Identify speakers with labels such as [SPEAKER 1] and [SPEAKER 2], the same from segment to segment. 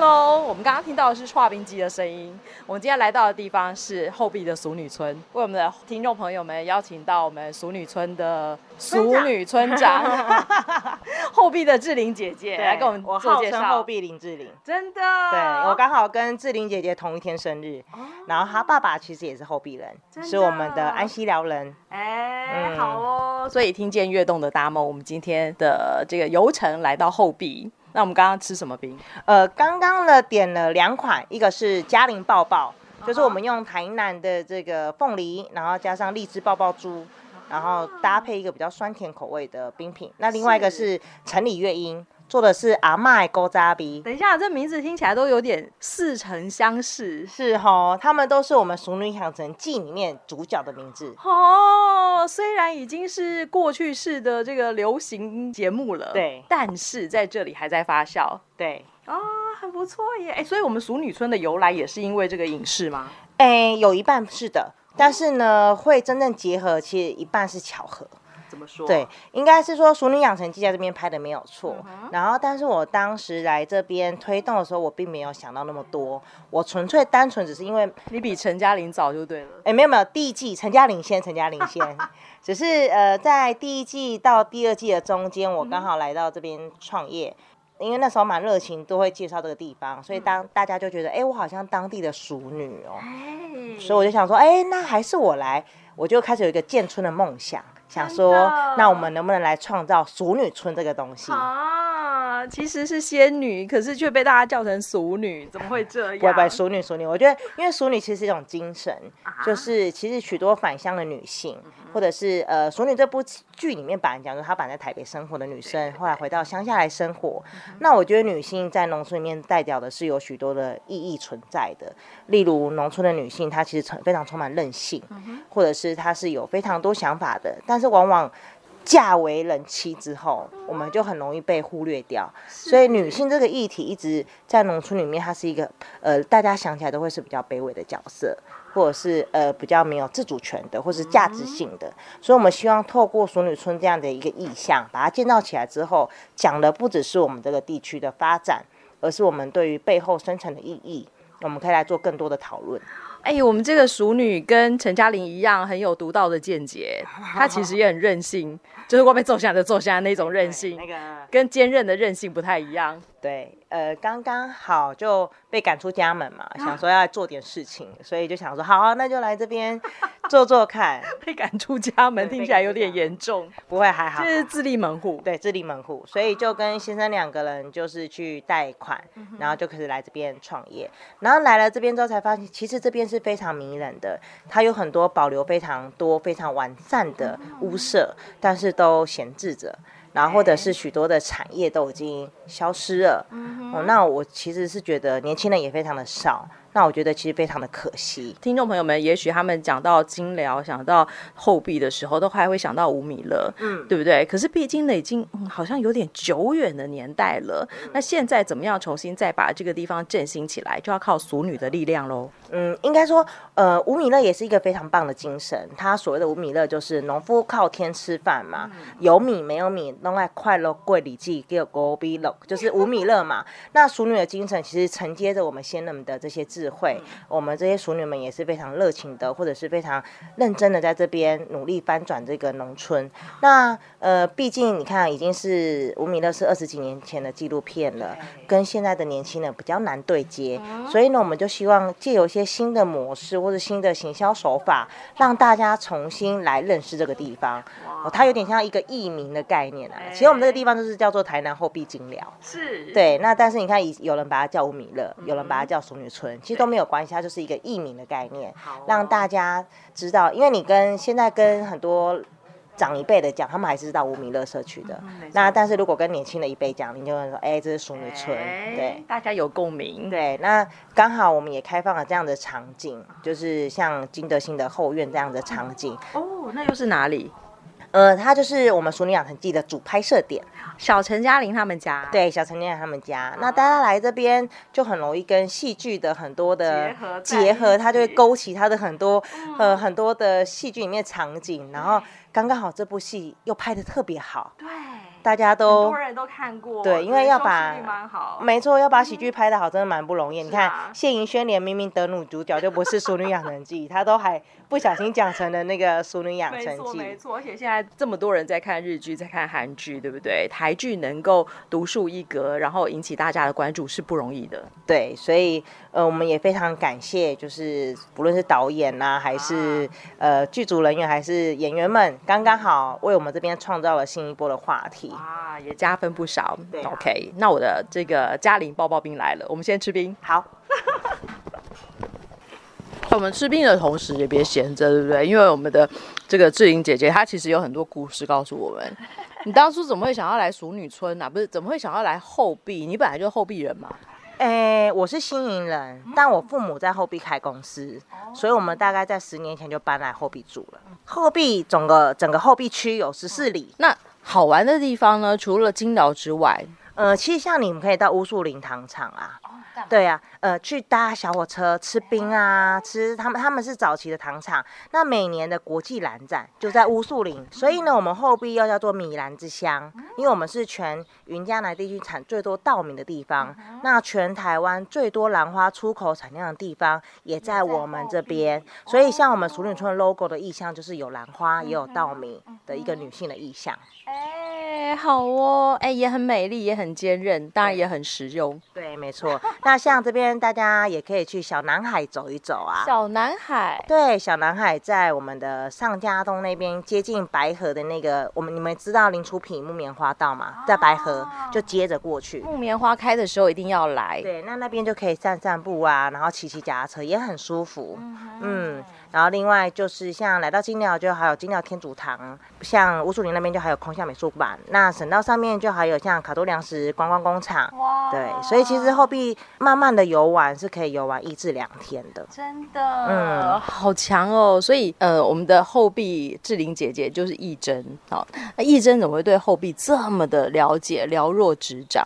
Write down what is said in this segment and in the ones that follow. [SPEAKER 1] 喽！我们刚刚听到的是刷冰机的声音。我们今天来到的地方是后壁的俗女村，为我们的听众朋友们邀请到我们俗女村的俗女村长， 后壁的志玲姐 姐
[SPEAKER 2] 对
[SPEAKER 1] 来跟我们
[SPEAKER 2] 我
[SPEAKER 1] 做
[SPEAKER 2] 号
[SPEAKER 1] 介
[SPEAKER 2] 称后
[SPEAKER 1] 绍。啊
[SPEAKER 2] 壁林志玲，
[SPEAKER 1] 真的，
[SPEAKER 2] 对我刚好跟志玲姐姐同一天生日，然后她爸爸其实也是后壁人，
[SPEAKER 1] 哦真的啊
[SPEAKER 2] 是我们的安溪寮人。
[SPEAKER 1] 哎、
[SPEAKER 2] 嗯
[SPEAKER 1] 好哦。所以听见跃动的大梦，我们今天的这个游程来到后壁。那我们刚刚吃什么冰？
[SPEAKER 2] 呃，刚刚呢点了两款，一个是嘉陵爆
[SPEAKER 1] 啊
[SPEAKER 2] 爆，就是我们用台南的这个凤梨，然后加上荔枝爆爆珠。然后搭配一个比较酸甜口味的冰品，那另外一个
[SPEAKER 1] 是
[SPEAKER 2] 是城里月英做的是阿麦勾扎比，
[SPEAKER 1] 等一下，这名字听起来都有点似曾相识。
[SPEAKER 2] 是吼，他们都是我们《熟女养成记》里面主角的名字。
[SPEAKER 1] 哦，虽然已经是过去式的这个流行节目了，
[SPEAKER 2] 对
[SPEAKER 1] 但是在这里还在发酵
[SPEAKER 2] 对，
[SPEAKER 1] 啊、很不错耶！哎，所以我们熟女村的由来也是因为这个影视吗？
[SPEAKER 2] 诶，哎有一半是的，但是呢，会真正结合，其实一半是巧合。
[SPEAKER 1] 怎么说？
[SPEAKER 2] 对，，应该是说《熟女养成记》在这边拍的没有错。然后，但是我当时来这边推动的时候，我并没有想到那么多，我纯粹单纯只是因为，哎
[SPEAKER 1] 你比陈嘉玲早就对了。
[SPEAKER 2] 诶，没有没有，第一季陈嘉玲先，陈嘉玲先，只是呃，在第一季到第二季的中间，我刚好来到这边创业。因为那时候蛮热情，都会介绍这个地方，所以当大家就觉得，诶，哎我好像当地的熟女哦、
[SPEAKER 1] 哎，
[SPEAKER 2] 所以我就想说，哎、那还是我来，我就开始有一个建村的梦想，想说
[SPEAKER 1] 真的，
[SPEAKER 2] 那我们能不能来创造熟女村这个东西？
[SPEAKER 1] 啊，其实是仙女，可是却被大家叫成俗女，怎么会这
[SPEAKER 2] 不会
[SPEAKER 1] 样？
[SPEAKER 2] 不会，熟女熟女，我觉得因为熟女其实是一种精神，就是其实许多返乡的女性，或者是呃熟女这部剧里面把人讲说她本来在台北生活的女生，后来回到乡下来生活，那我觉得女性在农村里面代表的是有许多的意义存在的，例如农村的女性她其实充非常充满韧性，或者是她是有非常多想法的，但是往往。嫁为人妻之后，我们就很容易被忽略掉，所以女性这个议题一直在农村里面，它是一个呃，大家想起来都会是比较卑微的角色，或者是呃比较没有自主权的，或是价值性的。所以，我们希望透过熟女村这样的一个意向，把它建造起来之后，讲的不只是我们这个地区的发展，而是我们对于背后深层的意义，我们可以来做更多的讨论。
[SPEAKER 1] 哎、我们这个熟女跟陈嘉玲一样，很有独到的见解。她其实也很任性，就是外面揍下就揍下那种任 性，
[SPEAKER 2] 个
[SPEAKER 1] 跟坚韧的韧性不太一样。
[SPEAKER 2] 对，呃，刚刚好就被赶出家门
[SPEAKER 1] 啊
[SPEAKER 2] 嘛，想说要做点事情，所以就想说，好、啊，那就来这边做做看，
[SPEAKER 1] 被赶出家门
[SPEAKER 2] 对
[SPEAKER 1] 听起来有点严重，
[SPEAKER 2] 不会 还好
[SPEAKER 1] 这。是自立门户。
[SPEAKER 2] 对，自立门户，所以就跟先生两个人就是去贷款，然后就开始来这边创业。然后来了这边之后，才发现其实这边是非常迷人的，它有很多保留非常多、非常完善的屋舍，但是都闲置着。然后或者是许多的产业都已经消失了，哦，那我其实是觉得年轻人也非常的少，那我觉得其实非常的可惜。
[SPEAKER 1] 听众朋友们，也许他们讲到金疗、想到后壁的时候，都还会想到吴米勒，嗯，对不对？可是毕竟呢，已经、嗯、好像有点久远的年代了。那现在怎么样重新再把这个地方振兴起来，就要靠俗女的力量喽。
[SPEAKER 2] 嗯，应该说，呃，吴米勒也是一个非常棒的精神。他所谓的吴米勒就是农夫靠天吃饭嘛，有米没有米，弄来快乐贵里记给狗逼乐，就是吴米勒嘛。那熟女的精神其实承接着我们先人们的这些智慧，我们这些熟女们也是非常热情的，或者是非常认真的在这边努力翻转这个农村。那呃，毕竟你看，已经是吴米勒是二十几年前的纪录片了，跟现在的年轻人比较难对接，所以呢，我们就希望借由一些新的模式或者新的行销手法，让大家重新来认识这个地方。哦，它有点像一个艺名的概念啊。其实我们这个地方就是叫做台南后壁金寮。
[SPEAKER 1] 是，
[SPEAKER 2] 对，那但是你看，以有人把它叫吴米勒，有人把它叫熟女村，其实都没有关系，它就是一个艺名的概念，让大家知道，因为你跟现在跟很多。长一辈的讲，他们还是知道吴米勒社区的。那但是如果跟年轻的一辈讲，你就会说，哎、这是熟女村。
[SPEAKER 1] 哎
[SPEAKER 2] 对，
[SPEAKER 1] 大家有共鸣。
[SPEAKER 2] 哎对，那刚好我们也开放了这样的场景，就是像金德兴的后院这样的场景。
[SPEAKER 1] 哦，那又是哪里？
[SPEAKER 2] 呃，它就是我们《熟女养成记》的主拍摄点。
[SPEAKER 1] 小陈嘉玲他们家。。
[SPEAKER 2] 对，小陈念他们
[SPEAKER 3] 哦
[SPEAKER 2] 家，那大家来这边就很容易跟戏剧的很多的
[SPEAKER 1] 结合在
[SPEAKER 2] 结合，
[SPEAKER 1] 一
[SPEAKER 2] 它就会
[SPEAKER 1] 起
[SPEAKER 2] 勾起他的很多、
[SPEAKER 3] 嗯
[SPEAKER 2] 呃很多的戏剧里面场景，然后刚刚好这部戏又拍的特别好，
[SPEAKER 1] 对
[SPEAKER 2] 大家
[SPEAKER 3] 很
[SPEAKER 2] 都
[SPEAKER 3] 多人都看过，
[SPEAKER 2] 对因为要把
[SPEAKER 3] 收视率蛮好，
[SPEAKER 2] 没错，要把喜剧拍的好，真的蛮不容易。你
[SPEAKER 3] 是啊
[SPEAKER 2] 看谢盈萱连明明得女主角就不是《熟女养成记》，她都还不小心讲成了那个《熟女养
[SPEAKER 3] 没
[SPEAKER 2] 成
[SPEAKER 3] 错
[SPEAKER 2] 记》。
[SPEAKER 3] 没错，而且现
[SPEAKER 1] 现
[SPEAKER 3] 在
[SPEAKER 1] 在这么多人在看日剧，在看韩剧，对不对？台剧能够独树一格，然后引起大家的关注是不容易的。
[SPEAKER 2] 对，所以呃，我们也非常感谢，就是不论是导演呐、还是、呃剧组人员，还是演员们，刚刚好为我们这边创造了新一波的话题。
[SPEAKER 1] 啊，也加分不少。
[SPEAKER 2] 对啊
[SPEAKER 1] OK，那我的这个嘉玲爆爆冰来了，我们先吃冰。
[SPEAKER 2] 好，
[SPEAKER 1] 我们吃冰的同时也别闲着，对不对？因为我们的这个志玲姐姐她其实有很多故事告诉我 们。你当初怎么会想要来熟女村啊？不是，怎么会想要来后壁？你本来就是后壁人嘛。
[SPEAKER 2] 诶，我是新营人，但我父母在后壁开公司，所以我们大概在十年前就搬来后壁住了。后壁整个整个后壁区有十四里，
[SPEAKER 1] 那好玩的地方呢，除了金疗之外，
[SPEAKER 2] 呃，其实像你们可以到乌树林糖厂啊，
[SPEAKER 3] 干嘛
[SPEAKER 2] 对啊，呃，去搭小火车吃冰啊，吃他们他们是早期的糖厂，那每年的国际兰展就在乌树林，所以呢，我们后壁又叫做米兰之乡，因为我们是全云嘉南地区产最多稻米的地方，那全台湾最多兰花出口产量的地方也在我们这边，所以像我们熟女村的 logo 的意象就是有兰花也有稻米的一个女性的意象。
[SPEAKER 1] 哎，好哦，哎，也很美丽，也很坚韧，当然也很实用。
[SPEAKER 2] 对，没错。那像这边大家也可以去小南海走一走啊。
[SPEAKER 1] 小男孩，
[SPEAKER 2] 对，小南海在我们的上家东那边，接近白河的那个，我们你们知道林楚匹木棉花道吗？在白河就接着过去。
[SPEAKER 1] 木棉花开的时候一定要来。
[SPEAKER 2] 对，那那边就可以散散步啊，然后骑骑脚踏车也很舒服。嗯，然后另外就是像来到金鸟，就还有金鸟天主堂，像乌树林那边就还有空巷美术馆，那省道上面就还有像卡多粮食观光工厂。
[SPEAKER 3] 哇，
[SPEAKER 2] 对，所以其实后壁慢慢的游玩是可以游玩一至两天的。
[SPEAKER 3] 真的，
[SPEAKER 2] 嗯
[SPEAKER 1] 呃好强哦！所以呃，我们的后壁志玲姐姐就是义珍，好，那义珍怎么会对后壁这么的了解，了若指掌？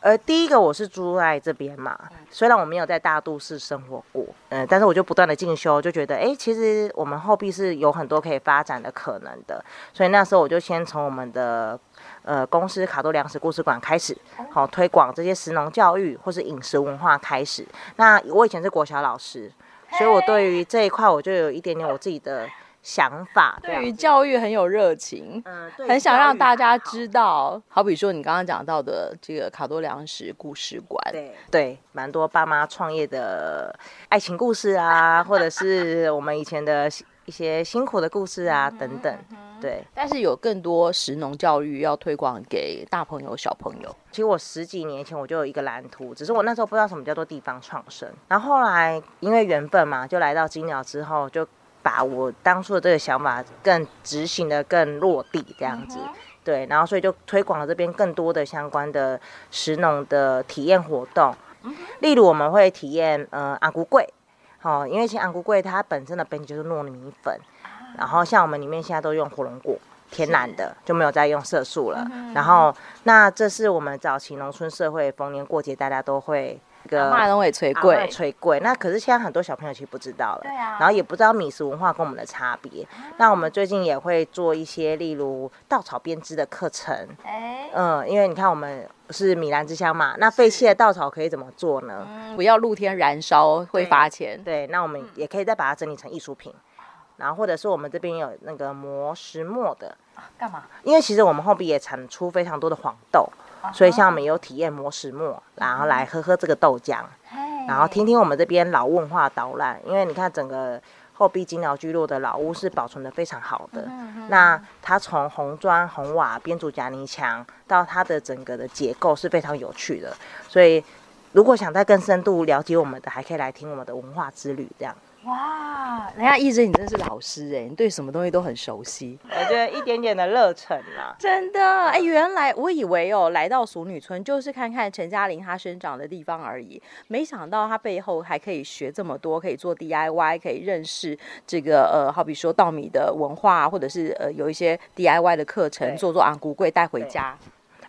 [SPEAKER 2] 呃，第一个我是住在这边嘛，
[SPEAKER 1] 嗯
[SPEAKER 2] 虽然我没有在大都市生活过，呃，但是我就不断的进修，就觉得，哎、其实我们后壁是有很多可以发展的可能的，所以那时候我就先从我们的呃公司卡多粮食故事馆开始，
[SPEAKER 1] 哦
[SPEAKER 2] 好、推广这些食农教育或是饮食文化开始。那我以前是国小老师，所以我对于这一块我就有一点点我自己的想法，这样
[SPEAKER 1] 对于
[SPEAKER 2] 子，
[SPEAKER 1] 教育很有热情。
[SPEAKER 2] 啊嗯、对于
[SPEAKER 1] 很想
[SPEAKER 2] 教
[SPEAKER 1] 让
[SPEAKER 2] 育
[SPEAKER 1] 大家
[SPEAKER 2] 好
[SPEAKER 1] 知道，好比说你刚刚讲到的这个卡多粮食故事馆，
[SPEAKER 2] 对对，蛮多爸妈创业的爱情故事啊，或者是我们以前的一些辛苦的故事啊，等等。对，
[SPEAKER 1] 但是有更多食农教育要推广给大朋友、小朋友。
[SPEAKER 2] 其实我十几年前我就有一个蓝图，只是我那时候不知道什么叫做地方创生。然后后来因为缘分嘛，就来到金鸟之后，就把我当初的这个想法更执行的更落地这样子。对，然后所以就推广了这边更多的相关的食农的体验活动，例如我们会体验呃阿古桂，好、哦因为其实阿古桂它本身的本体就是糯米粉，然后像我们里面现在都用火龙果。天然的就没有再用色素了。然后，那这是我们早期农村社会逢年过节大家都会一个
[SPEAKER 1] 啊骂人尾捶
[SPEAKER 2] 阿
[SPEAKER 1] 贵
[SPEAKER 2] 嬷，捶柜。那可是现在很多小朋友其实不知道了，
[SPEAKER 3] 对啊
[SPEAKER 2] 然后也不知道米食文化跟我们的差别。那我们最近也会做一些，例如稻草编织的课程，
[SPEAKER 3] 哎、
[SPEAKER 2] 嗯，因为你看我们是米兰之乡嘛，那废弃的稻草可以怎么做呢？
[SPEAKER 1] 不要露天燃烧会罚钱。
[SPEAKER 2] 对，那我
[SPEAKER 3] 嗯
[SPEAKER 2] 们也可以再把它整理成艺术品，然后或者是我们这边有那个磨石磨的，
[SPEAKER 3] 啊干嘛？
[SPEAKER 2] 因为其实我们后壁也产出非常多的黄豆，
[SPEAKER 3] 啊
[SPEAKER 2] 所以像我们有体验磨石磨，然
[SPEAKER 3] 嗯
[SPEAKER 2] 后来喝喝这个豆浆。
[SPEAKER 3] 哎
[SPEAKER 2] 然后听听我们这边老文化导览，因为你看整个后壁金鸟居落的老屋是保存的非常好
[SPEAKER 3] 嗯
[SPEAKER 2] 的。那它从红砖、红瓦、编组夹泥墙到它的整个的结构是非常有趣的，所以如果想再更深度了解我们的，还可以来听我们的文化之旅。这样，
[SPEAKER 3] 哇，
[SPEAKER 1] 人哎家一直你真是老师哎、你对什么东西都很熟悉。
[SPEAKER 2] 我觉得一点点的热忱啦。
[SPEAKER 1] 真的，哎，原来我以为哦，来到熟女村就是看看陈嘉玲她生长的地方而已，没想到她背后还可以学这么多，可以做 DIY，可以认识这个呃，好比说稻米的文化，或者是呃有一些 DIY 的课程，
[SPEAKER 2] 对
[SPEAKER 1] 做做昂古柜带回家。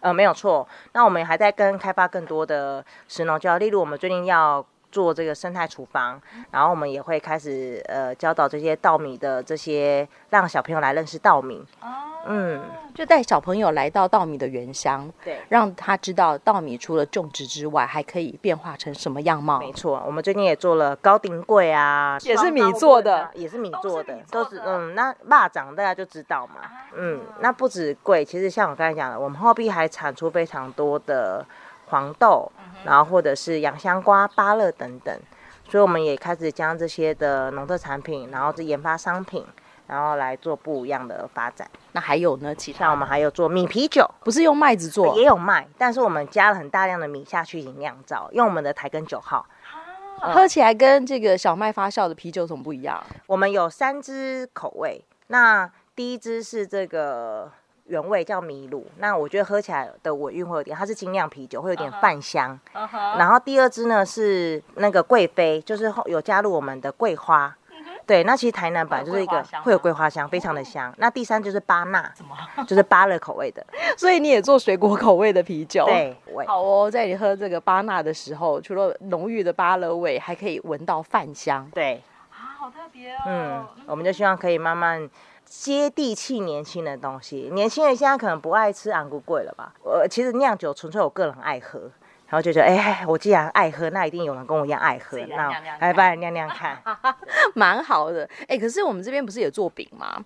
[SPEAKER 2] 呃，没有错。那我们还在跟开发更多的食农教育，例如我们最近要。做这个生态厨房，然后我们也会开始呃教导这些稻米的这些，让小朋友来认识稻米。
[SPEAKER 3] 啊
[SPEAKER 2] 嗯，
[SPEAKER 1] 就带小朋友来到稻米的原乡，
[SPEAKER 2] 对
[SPEAKER 1] 让他知道稻米除了种植之外，还可以变化成什么样貌。
[SPEAKER 2] 没错，我们最近也做了高顶柜啊，
[SPEAKER 1] 也是米做的，
[SPEAKER 2] 也是米
[SPEAKER 3] 都是
[SPEAKER 2] 做
[SPEAKER 3] 米
[SPEAKER 2] 的，
[SPEAKER 3] 做
[SPEAKER 2] 都是
[SPEAKER 3] 的啊
[SPEAKER 2] 嗯，那蚂蚱大家就知道嘛，嗯，那不止贵，其实像我刚才讲的，我们后壁还产出非常多的黄豆，
[SPEAKER 3] 嗯
[SPEAKER 2] 然后或者是洋香瓜、芭乐等等，所以我们也开始将这些的农特产品，然后就研发商品，然后来做不一样的发展。
[SPEAKER 1] 那还有呢？其他
[SPEAKER 2] 像我们还有做米啤酒，
[SPEAKER 1] 不是用麦子做
[SPEAKER 2] 也，有卖，但是我们加了很大量的米下去已经酿造，用我们的台根九号。
[SPEAKER 1] 嗯喝起来跟这个小麦发酵的啤酒怎么不一样？
[SPEAKER 2] 我们有三支口味，那第一支是这个原味叫麋鹿，那我觉得喝起来的尾韵会有点，它是精酿啤酒，会有点饭香。
[SPEAKER 3] 嗯哼，
[SPEAKER 2] 然后第二支呢是那个贵妃，就是后有加入我们的桂花。对，那其实台南本来就是一
[SPEAKER 3] 会有桂
[SPEAKER 2] 个
[SPEAKER 3] 花香
[SPEAKER 2] 嗯会有桂花香，
[SPEAKER 3] 吗
[SPEAKER 2] 非常的香。那第三就是巴纳，
[SPEAKER 3] 啊
[SPEAKER 2] 就是芭乐口味的，
[SPEAKER 1] 所以你也做水果口味的啤酒？。
[SPEAKER 2] 对，味
[SPEAKER 1] 好哦，在你喝这个巴纳的时候，除了浓郁的芭乐味，还可以闻到饭香。
[SPEAKER 2] 对，
[SPEAKER 3] 啊，好特别哦
[SPEAKER 2] 嗯，，我们就希望可以慢慢接地气年轻的东西。年轻人现在可能不爱吃昂古贵了吧？呃，其实酿酒纯粹我个人爱喝，然后就觉得，哎、我既然爱喝，那一定有人跟我一样爱喝，
[SPEAKER 3] 自己来
[SPEAKER 2] 那
[SPEAKER 3] 啊酿酿
[SPEAKER 2] 来
[SPEAKER 3] 看
[SPEAKER 2] 帮人酿酿看，
[SPEAKER 1] 蛮好的。哎、可是我们这边不是也做饼吗？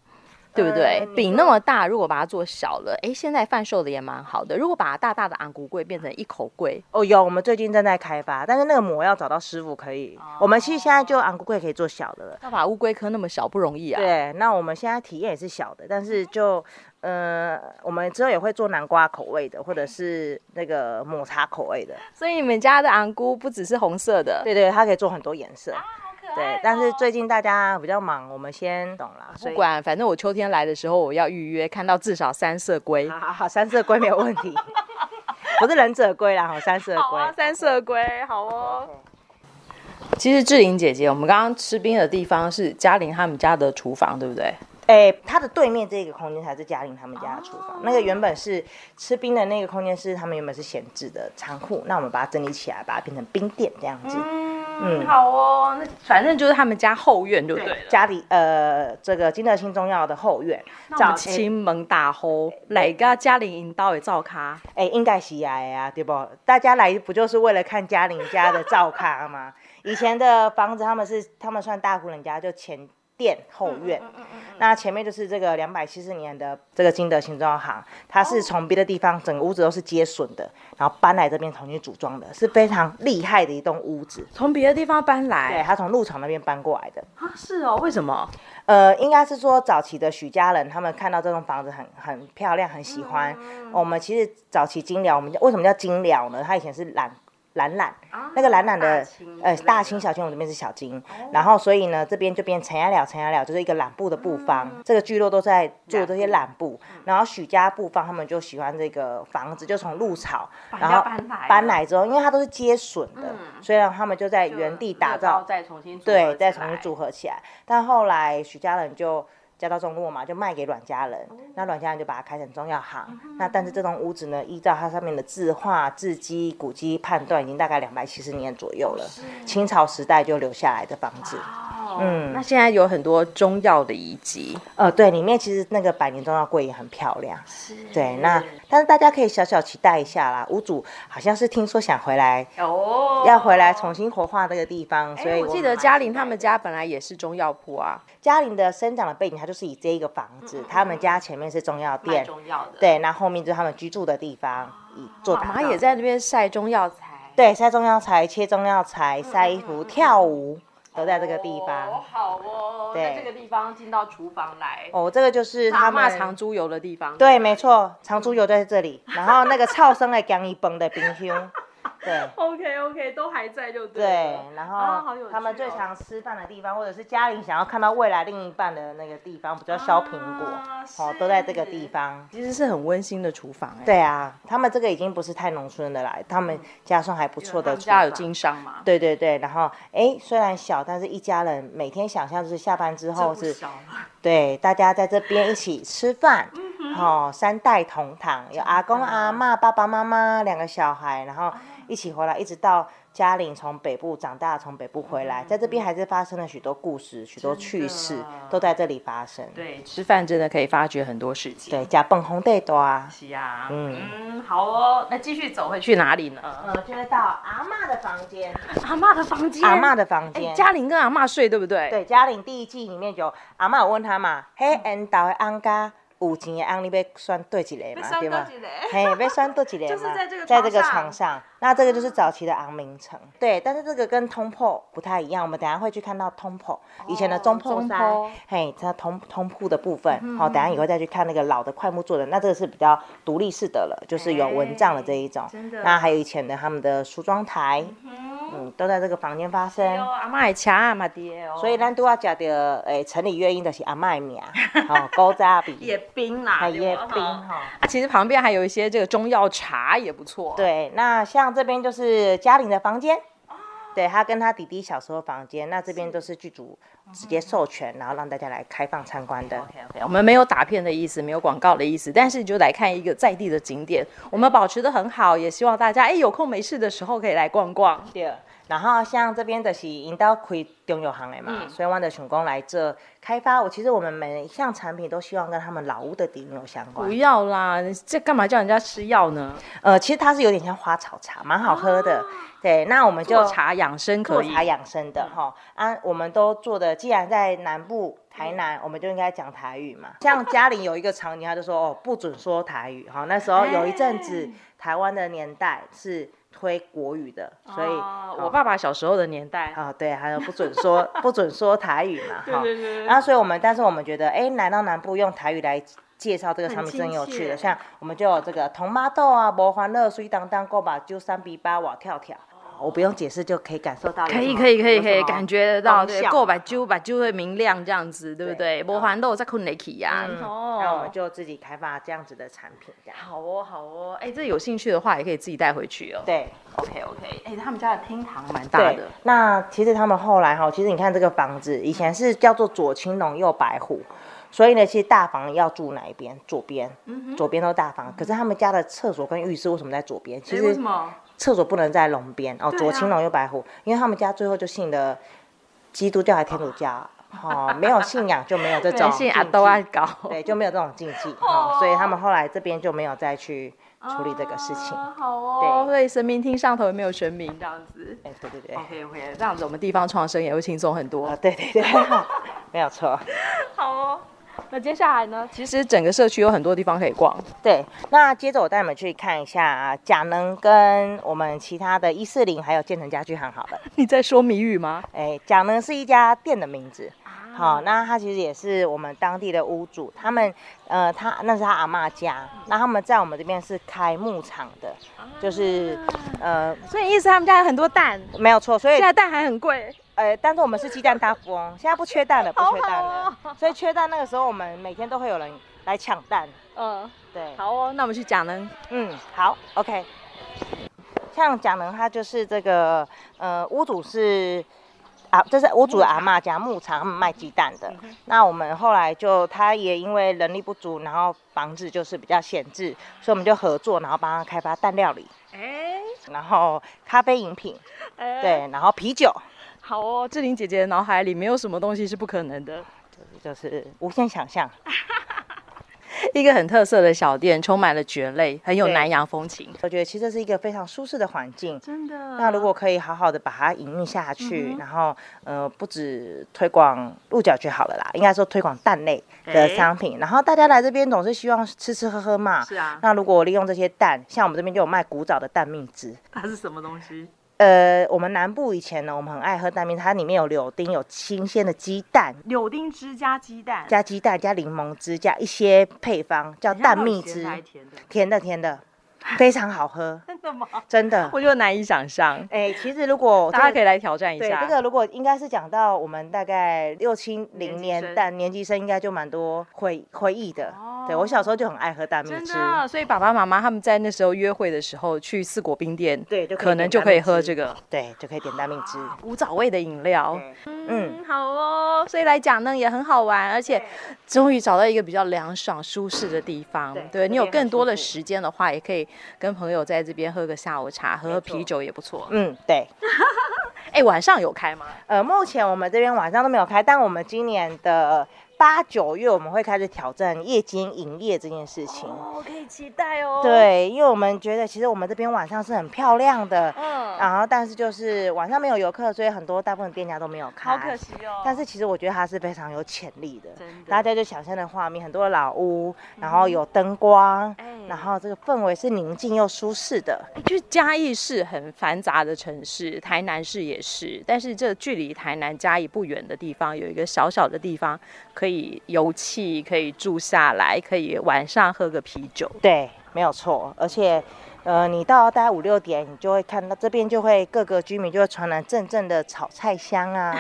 [SPEAKER 1] 对不
[SPEAKER 2] 呃
[SPEAKER 1] 对？
[SPEAKER 2] 你
[SPEAKER 1] 饼那
[SPEAKER 2] 说
[SPEAKER 1] 么大，如果把它做小了，哎，现在贩售的也蛮好的。如果把它大大的昂古柜变成一口柜，
[SPEAKER 2] 哦，有，我们最近正在开发，但是那个模要找到师傅可以。
[SPEAKER 3] 哦
[SPEAKER 2] 我们其实现在就昂古贵可以做小的了。
[SPEAKER 1] 要把乌龟壳那么小不容易啊。
[SPEAKER 2] 对，那我们现在体验也是小的，但是就，呃，我们之后也会做南瓜口味的，或者是那个抹茶口味的。
[SPEAKER 1] 所以你们家的昂菇不只是红色的，
[SPEAKER 2] 对对，它可以做很多颜色。
[SPEAKER 3] 好可爱哦。
[SPEAKER 2] 对，但是最近大家比较忙，我们先懂了。所
[SPEAKER 1] 不
[SPEAKER 2] 以
[SPEAKER 1] 管，反正我秋天来的时候，我要预约看到至少三色龟。
[SPEAKER 3] 啊
[SPEAKER 2] 好好好，三色龟没有问 题，不是忍者龟啦，好，三色
[SPEAKER 3] 好
[SPEAKER 2] 龟。
[SPEAKER 3] 啊，三色龟，好哦。
[SPEAKER 1] 其实志玲姐姐，我们刚刚吃冰的地方是嘉玲他们家的厨房，对不对？
[SPEAKER 2] 哎、它的对面这个空间才是嘉玲他们家的厨房。
[SPEAKER 3] 哦
[SPEAKER 2] 那个原本是吃冰的那个空间是他们原本是闲置的仓库，那我们把它整理起来，把它变成冰店这样子。
[SPEAKER 3] 嗯，好哦，那
[SPEAKER 1] 反正就是他们家后院，对不对？
[SPEAKER 2] 家里呃，这个金德兴中药的后院，
[SPEAKER 1] 早
[SPEAKER 2] 期。
[SPEAKER 1] 亲门打呼，来个嘉玲引导的照咖。
[SPEAKER 2] 哎、应该是来的啊，对不？大家来不就是为了看嘉玲家的照咖吗？以前的房子他们是他们算大户人家，就前店后院，那前面就是这个两百七十年的这个金德新中药行，它是从别的地方整个屋子都是接损的，然后搬来这边重新组装的，是非常厉害的一栋屋子。
[SPEAKER 1] 从别的地方搬
[SPEAKER 2] 对，
[SPEAKER 1] 来
[SPEAKER 2] 他从鹿场那边搬过来的。
[SPEAKER 1] 啊？是哦，为什么？
[SPEAKER 2] 呃，应该是说早期的许家人，他们看到这栋房子很很漂亮，很喜欢。
[SPEAKER 3] 哦
[SPEAKER 2] 哦我们其实早期金寮，我们叫为什么叫金寮呢？它以前是蓝蓝蓝，那个蓝蓝的
[SPEAKER 3] 啊大清
[SPEAKER 2] 呃
[SPEAKER 3] 之类
[SPEAKER 2] 大
[SPEAKER 3] 的哦
[SPEAKER 2] 清小清，我们这边是小清，然后所以呢这边就变陈家寮，陈家寮就是一个染布的
[SPEAKER 3] 嗯
[SPEAKER 2] 布方，这个聚落都在做这些染布，然后许家布方他们就喜欢这个房子，就从鹿草，然
[SPEAKER 3] 家
[SPEAKER 2] 后
[SPEAKER 3] 搬嗯来
[SPEAKER 2] 搬
[SPEAKER 3] 了
[SPEAKER 2] 来之后，因为它都是接笋的，所以呢他们就在原地打造
[SPEAKER 3] 再重新
[SPEAKER 2] 对，再重新组合起来。但后来许家人就家道中落嘛，就卖给阮家人，
[SPEAKER 1] 哦
[SPEAKER 2] 那阮家人就把它开成中药行。
[SPEAKER 1] 嗯
[SPEAKER 2] 那但是这栋屋子呢，依照它上面的字画、字迹、古迹判断，已经大概两百七十年左
[SPEAKER 1] 哦
[SPEAKER 2] 右了，清朝时代就留下来的房子。
[SPEAKER 1] 嗯，那现在有很多中药的遗迹，
[SPEAKER 2] 呃，对，里面其实那个百年中药柜也很漂亮。对，那但是大家可以小小期待一下啦。屋主好像是听说想回来，
[SPEAKER 3] 哦，
[SPEAKER 2] 要回来重新活化这个地方，所以
[SPEAKER 1] 哎我
[SPEAKER 2] 我
[SPEAKER 1] 记
[SPEAKER 2] 们
[SPEAKER 1] 得嘉玲他们家本来也是中药铺啊。
[SPEAKER 2] 嘉玲的生长的背景，它就是以这一个房子，他们家前面是中药
[SPEAKER 3] 嗯卖
[SPEAKER 2] 店，
[SPEAKER 3] 中药的，
[SPEAKER 2] 对，那后面就是他们居住的地方，以做打
[SPEAKER 1] 妈
[SPEAKER 2] 造
[SPEAKER 1] 妈也在那边晒中药材，
[SPEAKER 2] 对晒中药材、切中药
[SPEAKER 3] 嗯
[SPEAKER 2] 材、晒衣服、跳舞，都在这个地
[SPEAKER 3] 哦
[SPEAKER 2] 方。
[SPEAKER 3] 好哦，
[SPEAKER 2] 对
[SPEAKER 3] 在这个地方进到厨房来，
[SPEAKER 2] 哦，这个就是
[SPEAKER 1] 阿
[SPEAKER 2] 他们
[SPEAKER 1] 妈常猪油的地方。
[SPEAKER 2] 对，没错，长猪油在这里，
[SPEAKER 3] 嗯
[SPEAKER 2] 然后那个超生的姜一崩的冰 胸，对。
[SPEAKER 3] ，OK OK，都还在就对
[SPEAKER 2] 对
[SPEAKER 3] 了，
[SPEAKER 2] 然
[SPEAKER 3] 啊
[SPEAKER 2] 后
[SPEAKER 3] 好有趣哦
[SPEAKER 2] 他们最常吃饭的地方，或者是家里想要看到未来另一半的那个地方，比较削苹果，
[SPEAKER 3] 啊
[SPEAKER 2] 哦，
[SPEAKER 3] 是
[SPEAKER 2] 都在这个地方。
[SPEAKER 1] 其实是很温馨的厨房哎、
[SPEAKER 2] 对啊，他们这个已经不是太农村的啦，他们家算还不错
[SPEAKER 1] 他
[SPEAKER 2] 的
[SPEAKER 1] 们
[SPEAKER 2] 厨
[SPEAKER 1] 家有
[SPEAKER 2] 房
[SPEAKER 1] 经商嘛？
[SPEAKER 2] 对对对，然后哎，虽然小，但是一家人每天想象就是下班之后
[SPEAKER 3] 不
[SPEAKER 2] 是，
[SPEAKER 3] 小了啊
[SPEAKER 2] 对，大家在这边一起吃饭，哦，三代同堂，有阿公阿妈、爸爸妈妈两个小孩，然后一起回来，一直到嘉玲从北部长大，从北部回来，在这边还是发生了许多故事、许多趣事
[SPEAKER 3] 真的，
[SPEAKER 2] 都在这里发生。
[SPEAKER 3] 对，
[SPEAKER 1] 吃饭真的可以发掘很多事情。
[SPEAKER 2] 对，加蹦红地多啊，
[SPEAKER 3] 是呀、
[SPEAKER 2] 嗯
[SPEAKER 3] 嗯好哦，那继续走回去
[SPEAKER 1] 去哪里呢？
[SPEAKER 2] 呃，就会到阿妈的房间，
[SPEAKER 3] 阿妈的房间，
[SPEAKER 2] 阿妈的房
[SPEAKER 1] 哎，
[SPEAKER 2] 间。
[SPEAKER 1] 嘉玲跟阿嬷睡，对不对？。
[SPEAKER 2] 对，嘉玲第一季里面有阿妈，我问她嘛，嘿，因导的翁家有钱的翁，你要选对一个
[SPEAKER 3] 被
[SPEAKER 2] 嘛，
[SPEAKER 3] 酸
[SPEAKER 2] 对
[SPEAKER 3] 到
[SPEAKER 2] 吗？
[SPEAKER 3] 几嘞？
[SPEAKER 2] 嘿，被酸多几年
[SPEAKER 3] 就是
[SPEAKER 2] 嘛
[SPEAKER 3] 在这个
[SPEAKER 2] 在这个
[SPEAKER 3] 床上
[SPEAKER 2] 床上，那这个就是早期的昂明城，对，但是这个跟通铺不太一样，我们等一下会去看到通铺以前的中铺
[SPEAKER 1] 中
[SPEAKER 2] 山，
[SPEAKER 1] 铺
[SPEAKER 2] 嘿，它通通铺的部分，好、等一下以后再去看那个老的快木做的，那这个是比较独立式的了，就是有蚊帐的这一种，
[SPEAKER 3] 真的
[SPEAKER 2] 那还有以前的他们的梳妆台，
[SPEAKER 3] 嗯，哦
[SPEAKER 2] 嗯，都在这个房间发生。
[SPEAKER 3] 哟阿
[SPEAKER 1] 阿
[SPEAKER 3] 妈，
[SPEAKER 1] 嬷也强，阿嬷爹哦。
[SPEAKER 2] 所以咱都要讲的，诶，城里乐音就是阿麦名，哦，高扎比，
[SPEAKER 3] 叶冰啦，
[SPEAKER 2] 还叶
[SPEAKER 3] 对吧哦
[SPEAKER 2] 冰哈。
[SPEAKER 1] 啊，其实旁边还有一些这个中药茶也不错。。
[SPEAKER 2] 对，那像这边就是嘉玲的房间，对她跟她弟弟小时候房间，那这边都是剧组直接授权，然后让大家来开放参观
[SPEAKER 3] 哦
[SPEAKER 2] 的。
[SPEAKER 1] OK OK，我们没有打片的意思，没有广告的意思，但是就来看一个在地的景点，我们保持的很好，也希望大家哎有空没事的时候可以来逛逛。
[SPEAKER 2] 对，然后像这边就是引导开中药行的嘛，
[SPEAKER 3] 嗯
[SPEAKER 2] 所以我们的想讲来这开发，我其实我们每一项产品都希望跟他们老屋的底蕴有相
[SPEAKER 1] 不
[SPEAKER 2] 关。
[SPEAKER 1] 要啦，你这干嘛叫人家吃药呢？
[SPEAKER 2] 呃，其实它是有点像花草茶，蛮好喝的。对，那我们就
[SPEAKER 1] 做呃茶养生可
[SPEAKER 2] 做
[SPEAKER 1] 以。
[SPEAKER 2] 茶养生的哈、啊，我们都做的。既然在南部台南，我们就应该讲台语嘛。像嘉玲有一个场景，他就说哦，不准说台语哈、那时候有一阵子
[SPEAKER 3] 哎
[SPEAKER 2] 台湾的年代是推国语的，所以、
[SPEAKER 3] 哦
[SPEAKER 1] 我爸爸小时候的年代，
[SPEAKER 2] 哦对，还有不准说不准说台语嘛哈。
[SPEAKER 3] 对对对
[SPEAKER 2] 然后所以我们，但是我们觉得，哎，来到南部用台语来。介绍这个产品是很有趣的，
[SPEAKER 3] 很亲切
[SPEAKER 2] 像我们就有这个同妈豆啊、魔欢乐、水当当、过把揪三比八、瓦跳跳，我不用解释就可以感受到有什么。
[SPEAKER 1] 可以可以可以可
[SPEAKER 2] 有
[SPEAKER 1] 以
[SPEAKER 2] 什么
[SPEAKER 1] 感觉得到，对
[SPEAKER 2] 功，效
[SPEAKER 1] 够把揪把揪会明亮这样子，对不对？嗯不还都在困雷起呀。
[SPEAKER 3] 哦
[SPEAKER 2] 嗯那我们就自己开发这样子的产品，这样。
[SPEAKER 3] 嗯
[SPEAKER 1] 好哦好哦，哎，这有兴趣的话也可以自己带回去哦。
[SPEAKER 2] 对，
[SPEAKER 1] ，OK OK，哎，他们家的厅堂蛮大
[SPEAKER 2] 对
[SPEAKER 1] 的。。
[SPEAKER 2] 那其实他们后来哈，其实你看这个房子，以前是叫做左青龙右白虎，所以呢，其实大房要住哪一边？左边，左边都大房。可是他们家的厕所跟浴室为什么在左边？其
[SPEAKER 3] 哎，为
[SPEAKER 2] 实
[SPEAKER 3] 什么？
[SPEAKER 2] 厕所不能在龙边哦，
[SPEAKER 3] 对啊
[SPEAKER 2] 左青龙右白虎，因为他们家最后就信了基督教还是天主教。哦，没有信仰就没有这种
[SPEAKER 1] 人性阿啊
[SPEAKER 2] 禁忌
[SPEAKER 1] 都爱搞，
[SPEAKER 2] 对，就没有这种禁忌哈、所以他们后来这边就没有再去处理这个事情。
[SPEAKER 3] 啊好哦，
[SPEAKER 1] 哦，所以神明厅上头也没有神明
[SPEAKER 3] 这。样子。
[SPEAKER 2] 哎、对对对，啊、
[SPEAKER 3] OK OK，
[SPEAKER 1] 这样子，我们地方创生也会轻松很多。
[SPEAKER 2] 对对 对，没有错。
[SPEAKER 3] 好哦。那接下来呢？
[SPEAKER 1] 其
[SPEAKER 3] 其实
[SPEAKER 1] 实整个社区有很多地方可以逛，
[SPEAKER 2] 对，那接着我带你们去看一下贾能跟我们其他的一四零还有建成家具行好了。
[SPEAKER 1] 你在说谜语吗？
[SPEAKER 2] 哎、贾能是一家店的名字。好，那他其实也是我们当地的屋主，他们呃，他那是他阿嬷家，那他们在我们这边是开牧场的，就是呃
[SPEAKER 1] 所以意思他们家有很多蛋，
[SPEAKER 2] 没有错，所以
[SPEAKER 1] 现在蛋还很贵。
[SPEAKER 2] 呃，但是我们是鸡蛋大富翁，现在不缺蛋了，不缺蛋
[SPEAKER 3] 好
[SPEAKER 2] 了，所以缺蛋那个时候我们每天都会有人来抢蛋，
[SPEAKER 1] 嗯，
[SPEAKER 2] 对，
[SPEAKER 1] 好哦，那我们去讲呢。
[SPEAKER 2] 嗯，好，OK。像蒋能他就是这个呃屋主是啊，这是屋主的阿嬷家牧场，他们卖鸡蛋
[SPEAKER 3] 嗯
[SPEAKER 2] 的。那我们后来就他也因为人力不足，然后房子就是比较闲置，所以我们就合作，然后帮他开发蛋料理，
[SPEAKER 3] 哎
[SPEAKER 2] 然后咖啡饮品，
[SPEAKER 3] 哎，
[SPEAKER 2] 对，然后啤酒，
[SPEAKER 1] 好哦，志玲姐姐的脑海里没有什么东西是不可能的。
[SPEAKER 2] 就是无限想象。
[SPEAKER 1] 一个很特色的小店，充满了蕨类，很有
[SPEAKER 2] 对
[SPEAKER 1] 南洋风情。
[SPEAKER 2] 我觉得其实这是一个非常舒适的环境，
[SPEAKER 3] 真的。嗯
[SPEAKER 2] 那如果可以好好的把它营运下去，然后呃，不止推广鹿角蕨好了啦，应该说推广蛋类的
[SPEAKER 3] 哎
[SPEAKER 2] 商品。然后大家来这边总是希望吃吃喝喝嘛。
[SPEAKER 3] 是啊，
[SPEAKER 2] 那如果利用这些蛋，像我们这边就有卖古早的蛋蜜汁。
[SPEAKER 3] 它是什么东西？
[SPEAKER 2] 呃，我们南部以前呢，我们很爱喝蛋蜜，它里面有柳丁，有新鲜的鸡蛋，
[SPEAKER 3] 柳丁汁加鸡蛋，
[SPEAKER 2] 加鸡蛋，加柠檬汁，加一些配方，叫
[SPEAKER 3] 等一下
[SPEAKER 2] 蛋蜜汁，
[SPEAKER 3] 到底咸的还是甜的，
[SPEAKER 2] 甜的甜 的，非常好喝，
[SPEAKER 3] 真的吗？
[SPEAKER 2] 真的。
[SPEAKER 1] 我就难以想象，
[SPEAKER 2] 哎、其实如 果
[SPEAKER 1] 大家可
[SPEAKER 2] 以。
[SPEAKER 1] 以来挑战一
[SPEAKER 2] 对，
[SPEAKER 1] 下。
[SPEAKER 2] 这个如果应该是讲到我们大概六七
[SPEAKER 3] 年
[SPEAKER 2] 零
[SPEAKER 3] 级
[SPEAKER 2] 年
[SPEAKER 3] 生
[SPEAKER 2] 代年级生，应该就蛮多回回忆的。
[SPEAKER 3] 哦
[SPEAKER 2] 对我小时候就很爱喝大蜜
[SPEAKER 1] 真
[SPEAKER 2] 汁，
[SPEAKER 1] 的，哦所以爸爸妈妈他们在那时候约会的时候去四果冰店，
[SPEAKER 2] 对就可以
[SPEAKER 1] 可能
[SPEAKER 2] 点
[SPEAKER 1] 就
[SPEAKER 2] 大
[SPEAKER 1] 可以
[SPEAKER 2] 蜜
[SPEAKER 1] 喝
[SPEAKER 2] 汁
[SPEAKER 1] 这个
[SPEAKER 2] 对，就可以点大蜜汁。
[SPEAKER 1] 古早味的饮料。
[SPEAKER 2] 对
[SPEAKER 1] 嗯，好哦，所以来讲呢也很好玩，而且终于找到一个比较凉爽舒适的地方。
[SPEAKER 2] 对
[SPEAKER 1] 对
[SPEAKER 2] 这
[SPEAKER 1] 你有
[SPEAKER 2] 边很
[SPEAKER 1] 更多的
[SPEAKER 2] 舒服
[SPEAKER 1] 时间的话，也可以跟朋友在这边喝个下午茶，喝喝
[SPEAKER 2] 没
[SPEAKER 1] 啤
[SPEAKER 2] 错
[SPEAKER 1] 酒也不错。
[SPEAKER 2] 嗯，对，
[SPEAKER 1] 哎，晚上有开吗？
[SPEAKER 2] 呃，目前我们这边晚上都没有开，但我们今年的八九月我们会开始挑战夜间营业这件事情。
[SPEAKER 3] 哦，可以期待哦。，
[SPEAKER 2] 对，因为我们觉得其实我们这边晚上是很漂亮的，
[SPEAKER 3] 嗯，
[SPEAKER 2] 然后但是就是晚上没有游客，所以很多大部分店家都没有开。
[SPEAKER 3] 好可惜哦。
[SPEAKER 2] 但是其实我觉得它是非常有潜力的，
[SPEAKER 3] 真的嗯
[SPEAKER 2] 大家就想象的画面，很多的老屋，然后有灯光，
[SPEAKER 3] 哎
[SPEAKER 2] 然后这个氛围是宁静又舒适的。
[SPEAKER 1] 哎就是嘉义是很繁杂的城市，台南市也是，但是这距离台南嘉义不远的地方，有一个小小的地方可以游憩，可以住下来，可以晚上喝个啤酒。
[SPEAKER 2] 对，没有错。而且，呃，你到大概五六点，你就会看到这边就会各个居民就会传来阵阵的炒菜香 啊、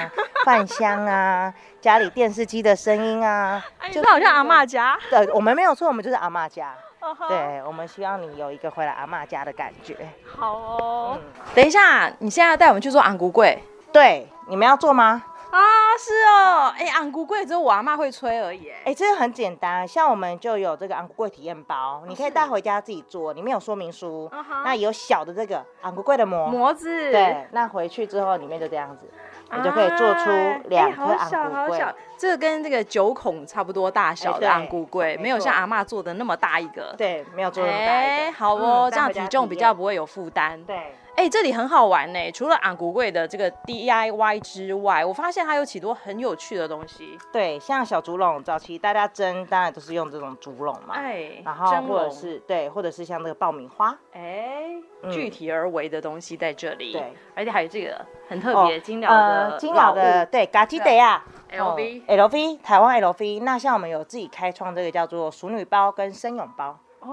[SPEAKER 2] 饭香啊、家里电视机的声音啊。
[SPEAKER 3] 哎，
[SPEAKER 1] 就
[SPEAKER 3] 这好像阿嬷家。
[SPEAKER 2] 对，我们没有错，我们就是阿嬷 家。
[SPEAKER 3] 哦呵，
[SPEAKER 2] 对，我们希望你有一个回来阿嬷家的感觉。
[SPEAKER 3] 好哦。
[SPEAKER 2] 嗯
[SPEAKER 1] 等一下，你现在带我们去做昂古柜
[SPEAKER 2] 对，你们要做吗？
[SPEAKER 1] 啊？是哦，哎、昂古柜只有我阿妈会吹而已。哎
[SPEAKER 2] 哎，这个很简单，像我们就有这个昂古柜体验包，你可以带回家自己做，里面有说明书
[SPEAKER 3] 哦嗯哼，
[SPEAKER 2] 那有小的这个昂古柜的膜，
[SPEAKER 3] 模子，
[SPEAKER 1] 哎
[SPEAKER 2] 对，那回去之后里面就这样子，
[SPEAKER 3] 哎，
[SPEAKER 2] 你就可以做出
[SPEAKER 1] 哎
[SPEAKER 2] 两颗
[SPEAKER 3] 啊好小
[SPEAKER 2] 昂
[SPEAKER 3] 好
[SPEAKER 2] 古柜。
[SPEAKER 3] 小，
[SPEAKER 1] 这个跟这个九孔差不多大小
[SPEAKER 2] 哎
[SPEAKER 1] 的
[SPEAKER 2] 对
[SPEAKER 1] 昂古柜，
[SPEAKER 2] 没
[SPEAKER 1] 没有像
[SPEAKER 2] 错
[SPEAKER 1] 阿妈做的那么大一个。
[SPEAKER 2] 对，没有做那么大一
[SPEAKER 1] 哎、
[SPEAKER 2] 个。
[SPEAKER 1] 好哦，
[SPEAKER 2] 嗯
[SPEAKER 1] 这样
[SPEAKER 2] 带回家
[SPEAKER 1] 体重
[SPEAKER 2] 体
[SPEAKER 1] 比
[SPEAKER 2] 验
[SPEAKER 1] 较不会有负担。
[SPEAKER 2] 对，
[SPEAKER 1] 哎、这里很好玩呢、除了昂古贵的这个 DIY 之外，我发现它有许多很有趣的东西。
[SPEAKER 2] 对，像小竹笼，早期大家蒸当然都是用这种竹笼嘛，
[SPEAKER 1] 哎，
[SPEAKER 2] 然后
[SPEAKER 1] 蒸
[SPEAKER 2] 或者
[SPEAKER 1] 笼
[SPEAKER 2] 是对，或者是像这个爆米花，
[SPEAKER 1] 哎、
[SPEAKER 2] 嗯
[SPEAKER 1] 具体而为的东西在这里。
[SPEAKER 2] 对，
[SPEAKER 1] 而且还有这个很特别、
[SPEAKER 2] 哦
[SPEAKER 1] 金鸟的、
[SPEAKER 2] 呃，金鸟的对，嘎基德啊亚。
[SPEAKER 1] 老物 LV、
[SPEAKER 2] LV 台湾 LV，那像我们有自己开创这个叫做熟女包跟生泳包，
[SPEAKER 1] 哦，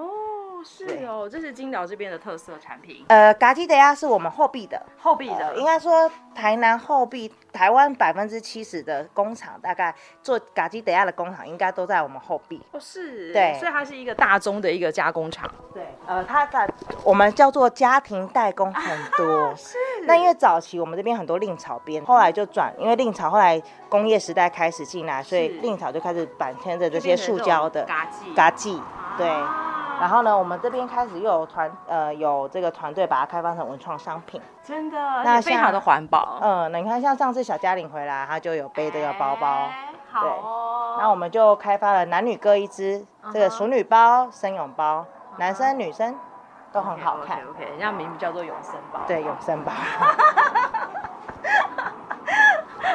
[SPEAKER 1] 是哦，这是金鸟这边的特色产品，
[SPEAKER 2] 呃，嘎基德亚是我们后壁的，
[SPEAKER 1] 后壁
[SPEAKER 2] 呃
[SPEAKER 1] 的、
[SPEAKER 2] 应该说台南后壁，台湾百分之七十的工厂，大概做嘎基德啊亚的工厂应该都在我们后壁。
[SPEAKER 1] 哦是，
[SPEAKER 2] 对
[SPEAKER 1] 所以它是一个大宗的一个加工厂。
[SPEAKER 2] 对，呃，它在我们叫做家庭代工很
[SPEAKER 1] 啊
[SPEAKER 2] 多。是。那因为早期我们这边很多令草编，后来就转，因为令草后来工业时代开始进来，所以
[SPEAKER 1] 是
[SPEAKER 2] 令草就开始版签着这
[SPEAKER 1] 这
[SPEAKER 2] 些塑胶的
[SPEAKER 1] 嘎叽
[SPEAKER 2] 嘎记，对。
[SPEAKER 1] 啊
[SPEAKER 2] 然后呢，我们这边开始又有团，呃，有这个团队把它开发成文创商品。
[SPEAKER 3] 真的，而
[SPEAKER 1] 那哦
[SPEAKER 3] 且
[SPEAKER 1] 非常的环保。
[SPEAKER 2] 嗯，那你看，像上次小嘉玲回来，她就有背这个包包。
[SPEAKER 3] 哎好哦。
[SPEAKER 2] 那我们就开发了男女各一只，这个
[SPEAKER 3] 哼
[SPEAKER 2] 熟女
[SPEAKER 1] 嗯
[SPEAKER 2] 包、生泳包，男生女生都很好看。
[SPEAKER 1] OK，, 人家名字叫做永生包。
[SPEAKER 2] 对，永生包。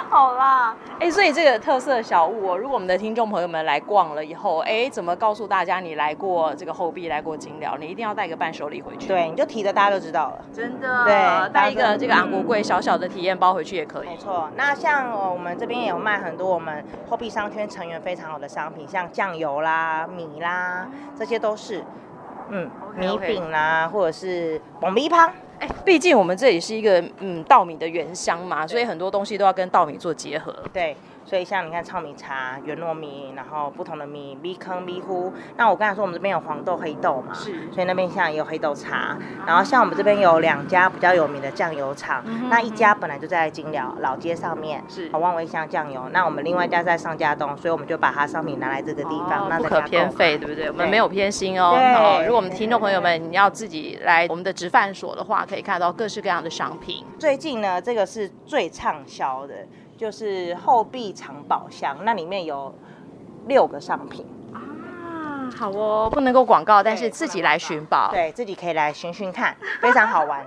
[SPEAKER 3] 好啦，
[SPEAKER 1] 哎、所以这个特色小物哦，如果我们的听众朋友们来逛了以后，哎、怎么告诉大家你来过这个后壁，来过金寮，你一定要带个伴手礼回去。，
[SPEAKER 2] 对，你就提着大家就知道了。
[SPEAKER 1] 真的，
[SPEAKER 2] 对
[SPEAKER 1] 带一个
[SPEAKER 2] 搭着
[SPEAKER 1] 这个昂古柜小小的体验包回去也可以
[SPEAKER 2] 没。错，那像呃我们这边也有卖很多我们货币商圈成员非常好的商品，像酱油啦、米啦，这些都是，嗯
[SPEAKER 1] OK，OK
[SPEAKER 2] 米饼啦，或者是bomb 汤，
[SPEAKER 1] 哎、毕竟我们这里是一个嗯稻米的原乡嘛，所以很多东西都要跟稻米做结合。
[SPEAKER 2] 对，所以像你看糙米茶、圆糯米，然后不同的米，米坑、米糊。那我刚才说我们这边有黄豆、黑豆嘛，
[SPEAKER 1] 是
[SPEAKER 2] 所以那边像也有黑豆茶。然后像我们这边有两家比较有名的酱油厂，
[SPEAKER 1] 嗯
[SPEAKER 2] 那一家本来就在金寮老街上面，
[SPEAKER 1] 是
[SPEAKER 2] 好望味香酱油。那我们另外一家在上家洞，所以我们就把它商品拿来这个地方，那
[SPEAKER 1] 哦不可
[SPEAKER 2] 大家
[SPEAKER 1] 偏
[SPEAKER 2] 购买
[SPEAKER 1] 废，对不对？我们
[SPEAKER 2] 对
[SPEAKER 1] 没有偏心哦。
[SPEAKER 2] 啊对
[SPEAKER 1] 好，如果我们听众朋友们你要自己来我们的直贩所的话，可以看到各式各样的商品。
[SPEAKER 2] 最近呢，这个是最畅销的，就是后壁藏宝箱，那里面有六个商品。
[SPEAKER 1] 啊，好哦，不能够广告，但是
[SPEAKER 2] 对
[SPEAKER 1] 自
[SPEAKER 2] 不
[SPEAKER 1] 己
[SPEAKER 2] 能
[SPEAKER 1] 来
[SPEAKER 2] 广告
[SPEAKER 1] 寻宝。
[SPEAKER 2] 对自己可以来寻寻看，非常好玩。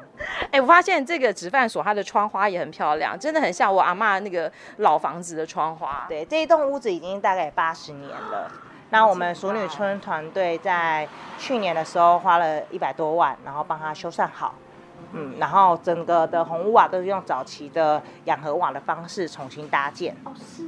[SPEAKER 1] 哎、我发现这个直饭所它的窗花也很漂亮，真的很像我阿嬷那个老房子的窗花。，
[SPEAKER 2] 对，这一栋屋子已经大概八十年了。那我们熟女村团队在去年的时候花了一百多万，然后帮它修缮好。嗯，然后整个的红屋瓦都是用早期的养和瓦的方式重新搭建，
[SPEAKER 1] 哦是，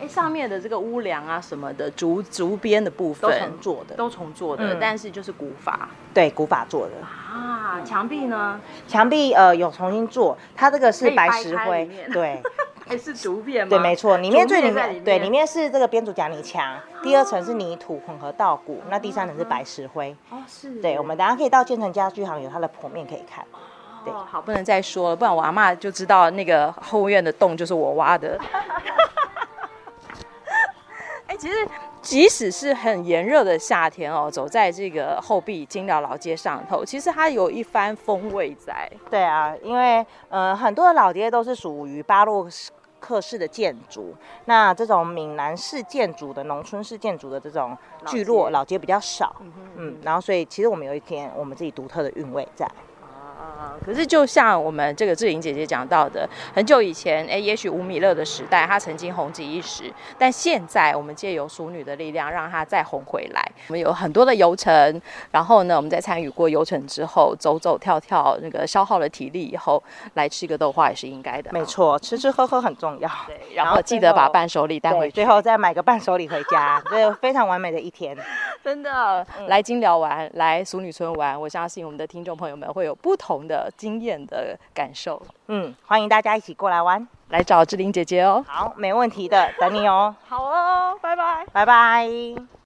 [SPEAKER 1] 哎、上面的这个屋梁啊什么的，竹竹编的部
[SPEAKER 2] 都
[SPEAKER 1] 分
[SPEAKER 2] 重做的，
[SPEAKER 1] 都重做的，
[SPEAKER 2] 嗯
[SPEAKER 1] 但是就是古法
[SPEAKER 2] 对古法做的。
[SPEAKER 1] 啊。墙壁呢？
[SPEAKER 2] 墙壁呃有重新做，它这个是白石
[SPEAKER 3] 可以掰开里
[SPEAKER 2] 灰
[SPEAKER 3] 面，
[SPEAKER 2] 对，
[SPEAKER 1] 哎、是竹片吗？
[SPEAKER 2] 对，没错，里面最里
[SPEAKER 1] 竹叶在
[SPEAKER 2] 面
[SPEAKER 1] 里面
[SPEAKER 2] 对里面是这个编组夹泥墙，第二层是泥土混合稻谷，那第三层是白石灰。
[SPEAKER 1] 哦，是
[SPEAKER 2] 对，我们等下可以到建成家具行有它的剖面可以看。对
[SPEAKER 1] 哦，好，不能再说了，不然我阿妈就知道那个后院的洞就是我挖的。 哎，其实即使是很炎热的夏天哦，走在这个后壁金寮老街上头，其实它有一番风味在。
[SPEAKER 2] 对啊，因为呃很多的老街都是属于巴洛克式的建筑，那这种闽南式建筑的农村式建筑的这种聚落老街比较少。嗯，然后所以其实我们有一天我们自己独特的韵味在。
[SPEAKER 1] 可是，就像我们这个志玲姐姐讲到的，很久以前，哎，也许吴米勒的时代，她曾经红极一时，但现在我们借由熟女的力量，让她再红回来。我们有很多的游程，然后呢，我们在参与过游程之后，走走跳跳，那个消耗了体力以后，来吃个豆花也是应该的。
[SPEAKER 2] 没，错，吃吃喝喝很重要。
[SPEAKER 1] 对。然后记得把伴手礼带回
[SPEAKER 2] 对，
[SPEAKER 1] 去
[SPEAKER 2] 最。后再买个伴手礼回家，这非常完美的一天。
[SPEAKER 1] 真的，嗯来金聊玩，来熟女村玩，我相信我们的听众朋友们会有不同的经验的感受。
[SPEAKER 2] 嗯，欢迎大家一起过来玩。
[SPEAKER 1] 来找志玲姐姐哦。
[SPEAKER 2] 好，没问题的，等你哦，
[SPEAKER 3] 好哦，拜拜。
[SPEAKER 2] 拜拜。